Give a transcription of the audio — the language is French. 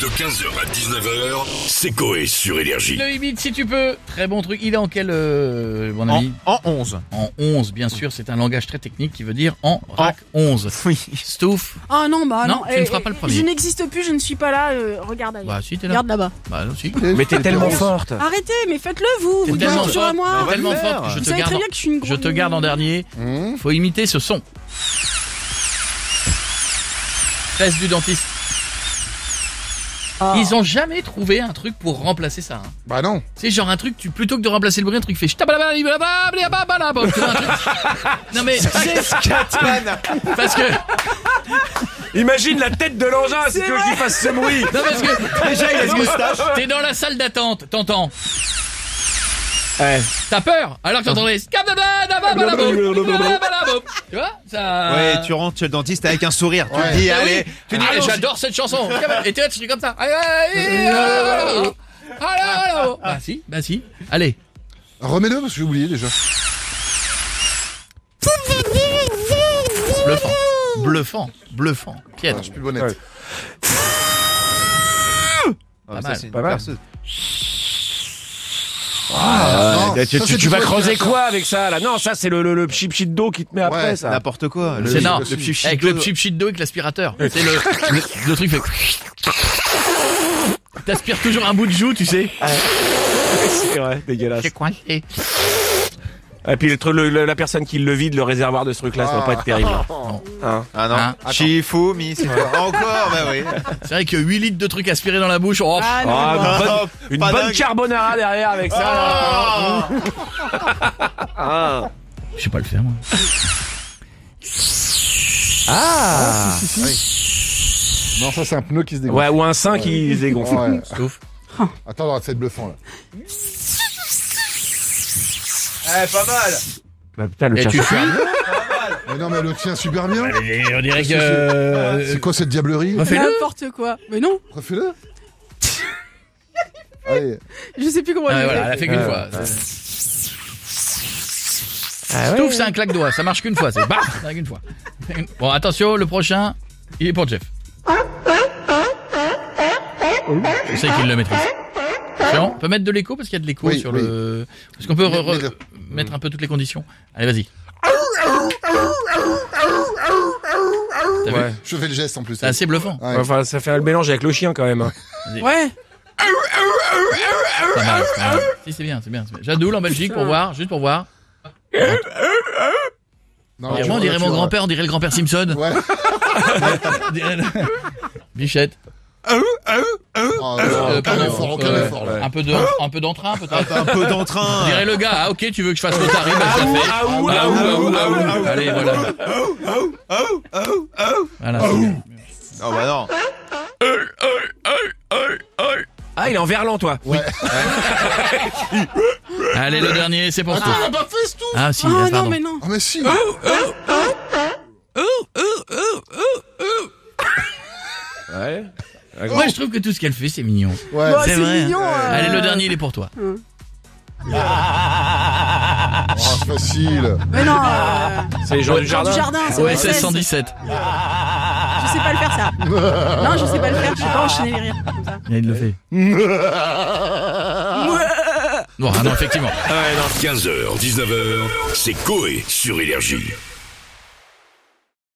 De 15h à 19h, c'est Coé sur Énergie. Le Ibid si tu peux. Très bon truc. Il est en quel, euh, mon ami En, 11. En 11, bien sûr. C'est un langage très technique qui veut dire en rack 11. Oui. Stouff. Ah non, bah Non, non. tu ne seras pas le premier. Je n'existe plus, je ne suis pas là. euh, regarde ailleurs. Bah si, t'es là. Regarde là-bas. Bah non, si. Mais t'es tellement forte. Arrêtez, mais faites-le vous. T'es Vous tellement dites sur fort. à moi. va Tellement le faire. fort que je Vous te savez garde très en- bien que je suis une je grosse. te garde en dernier. Faut imiter ce son. Reste du dentiste. Ils ont jamais trouvé un truc pour remplacer ça. hein. Bah non. C'est genre un truc, tu plutôt que de remplacer le bruit, un truc fait ch'tabalaba, ibalaba, bliababalaba, tu vois, un truc. Non mais Ah, parce que Imagine la tête de l'engin si C'est que je lui fasse ce bruit. non parce que déjà il a T'es dans la salle d'attente, t'entends. T'as peur alors que t'entendais ah, scabababababababo, blablababo. bah, Tu vois ça. Ouais, tu rentres chez le dentiste avec un sourire. Tu Ouais. te dis, Ah oui. allez, tu dis, Ah, allez, j'adore. j'adore cette chanson. Euh, Et tu vois, tu fais comme ça. Allez, allez, allez, allez, allez. Bah euh. si, bah si. Allez. Remets-le parce que j'ai oublié déjà. Bluffant. Bluffant. Bluffant. Piètre. Je suis plus bonnette. Pas ça, mal. c'est une Pas mal. perceuse. Ah, non, Eh, ça, tu, c'est tu- du tu vas poil, creuser ça. quoi avec ça là Non, ça c'est le, le, le pchit pchit d'eau qui te met après ça. N'importe quoi. C'est énorme. Le pchit Avec le chip shit d'eau avec l'aspirateur. C'est le, le, le truc fait. T'aspires toujours un bout de joue, tu sais. C'est vrai, dégueulasse. coincé. Et puis le, truc- le- le- la personne qui le vide, le réservoir de ce truc là, ça va pas être terrible. Ah Hein. non. Chifoumi. c'est vrai. Encore, bah oui. C'est vrai que 8 litres de trucs aspirés dans la bouche. Oh, Ah non. Ah, bah. une bonne, Hop, une pas bonne dingue. carbonara derrière avec ça. là. Ah. je sais pas le faire, moi. Non, ça c'est un pneu qui se dégonfle. Ouais, ou un sein qui se dégonfle. Ouais. Sauf. Attends, arrête, c'est bluffant là. Eh, pas mal. Bah, putain, le Et pire, tu c'est- fuis. Mais non, mais elle le tient super bien. Et on dirait que. C'est quoi cette diablerie Refais-le. N'importe quoi. Mais non, Refais-le. Allez, je sais plus comment. Ah, ouais, dire. voilà, elle a fait qu'une fois. Ah ouais. Touffe, c'est un claque doigt. Ça marche qu'une fois. C'est bah, ça marche qu'une fois. Bon, attention, le prochain, il est pour Jeff. Je sais qu'il le maîtrise. Attention, on peut mettre de l'écho parce qu'il y a de l'écho Oui, sur oui. le. Est-ce qu'on peut re- Mais- mais re- le- mettre un peu toutes les conditions Allez, vas-y. T'as vu je fais le geste en plus. Ah, C'est assez bluffant. Ouais. Enfin, ça fait le mélange avec le chien quand même. hein. Ouais. Pas mal, pas mal. Si, c'est bien, c'est bien. c'est bien. Jadoul en Belgique pour voir, juste pour voir. Non, Franchement, on tu- dirait tu- mon grand-père, on dirait le grand-père Simpson. Ouais. On dirait le- Bichette. Ah, Euh, ouais, pardon, Aucun effort, aucun euh, effort là. Un peu de, un peu d'entrain, peut-être. Un peu On d'entrain. dirait le gars, ah, ok, tu veux que je fasse le tarif, bah, je le fais. Aou, Ah, aou, ouh, ah, aou, ouh, ah, aou. ouh. Allez, voilà. Voilà, c'est bien. Oh bah non. Ah, il est en verlan toi. Allez, le dernier, c'est pour toi. Attends, on a pas fait ce tout Ah, si, Ah non, pardon. mais non. Ah, mais si Ouais. Moi, je trouve que tout ce qu'elle fait, c'est mignon. Ouais, Bon, c'est c'est vrai. mignon. euh. Allez, Ah. le dernier, il est pour toi. oh, facile. Mais non. Ah, euh, C'est les gens du Jean jardin. du jardin. c'est OSS OSS. 117. Je sais pas le faire ça. non, je sais pas le faire. Je sais pas enchaîner les rires comme ça. Il le fait. Bon, ah non, effectivement. Ah ouais, non. 15h, 19h, c'est Coé sur Énergie.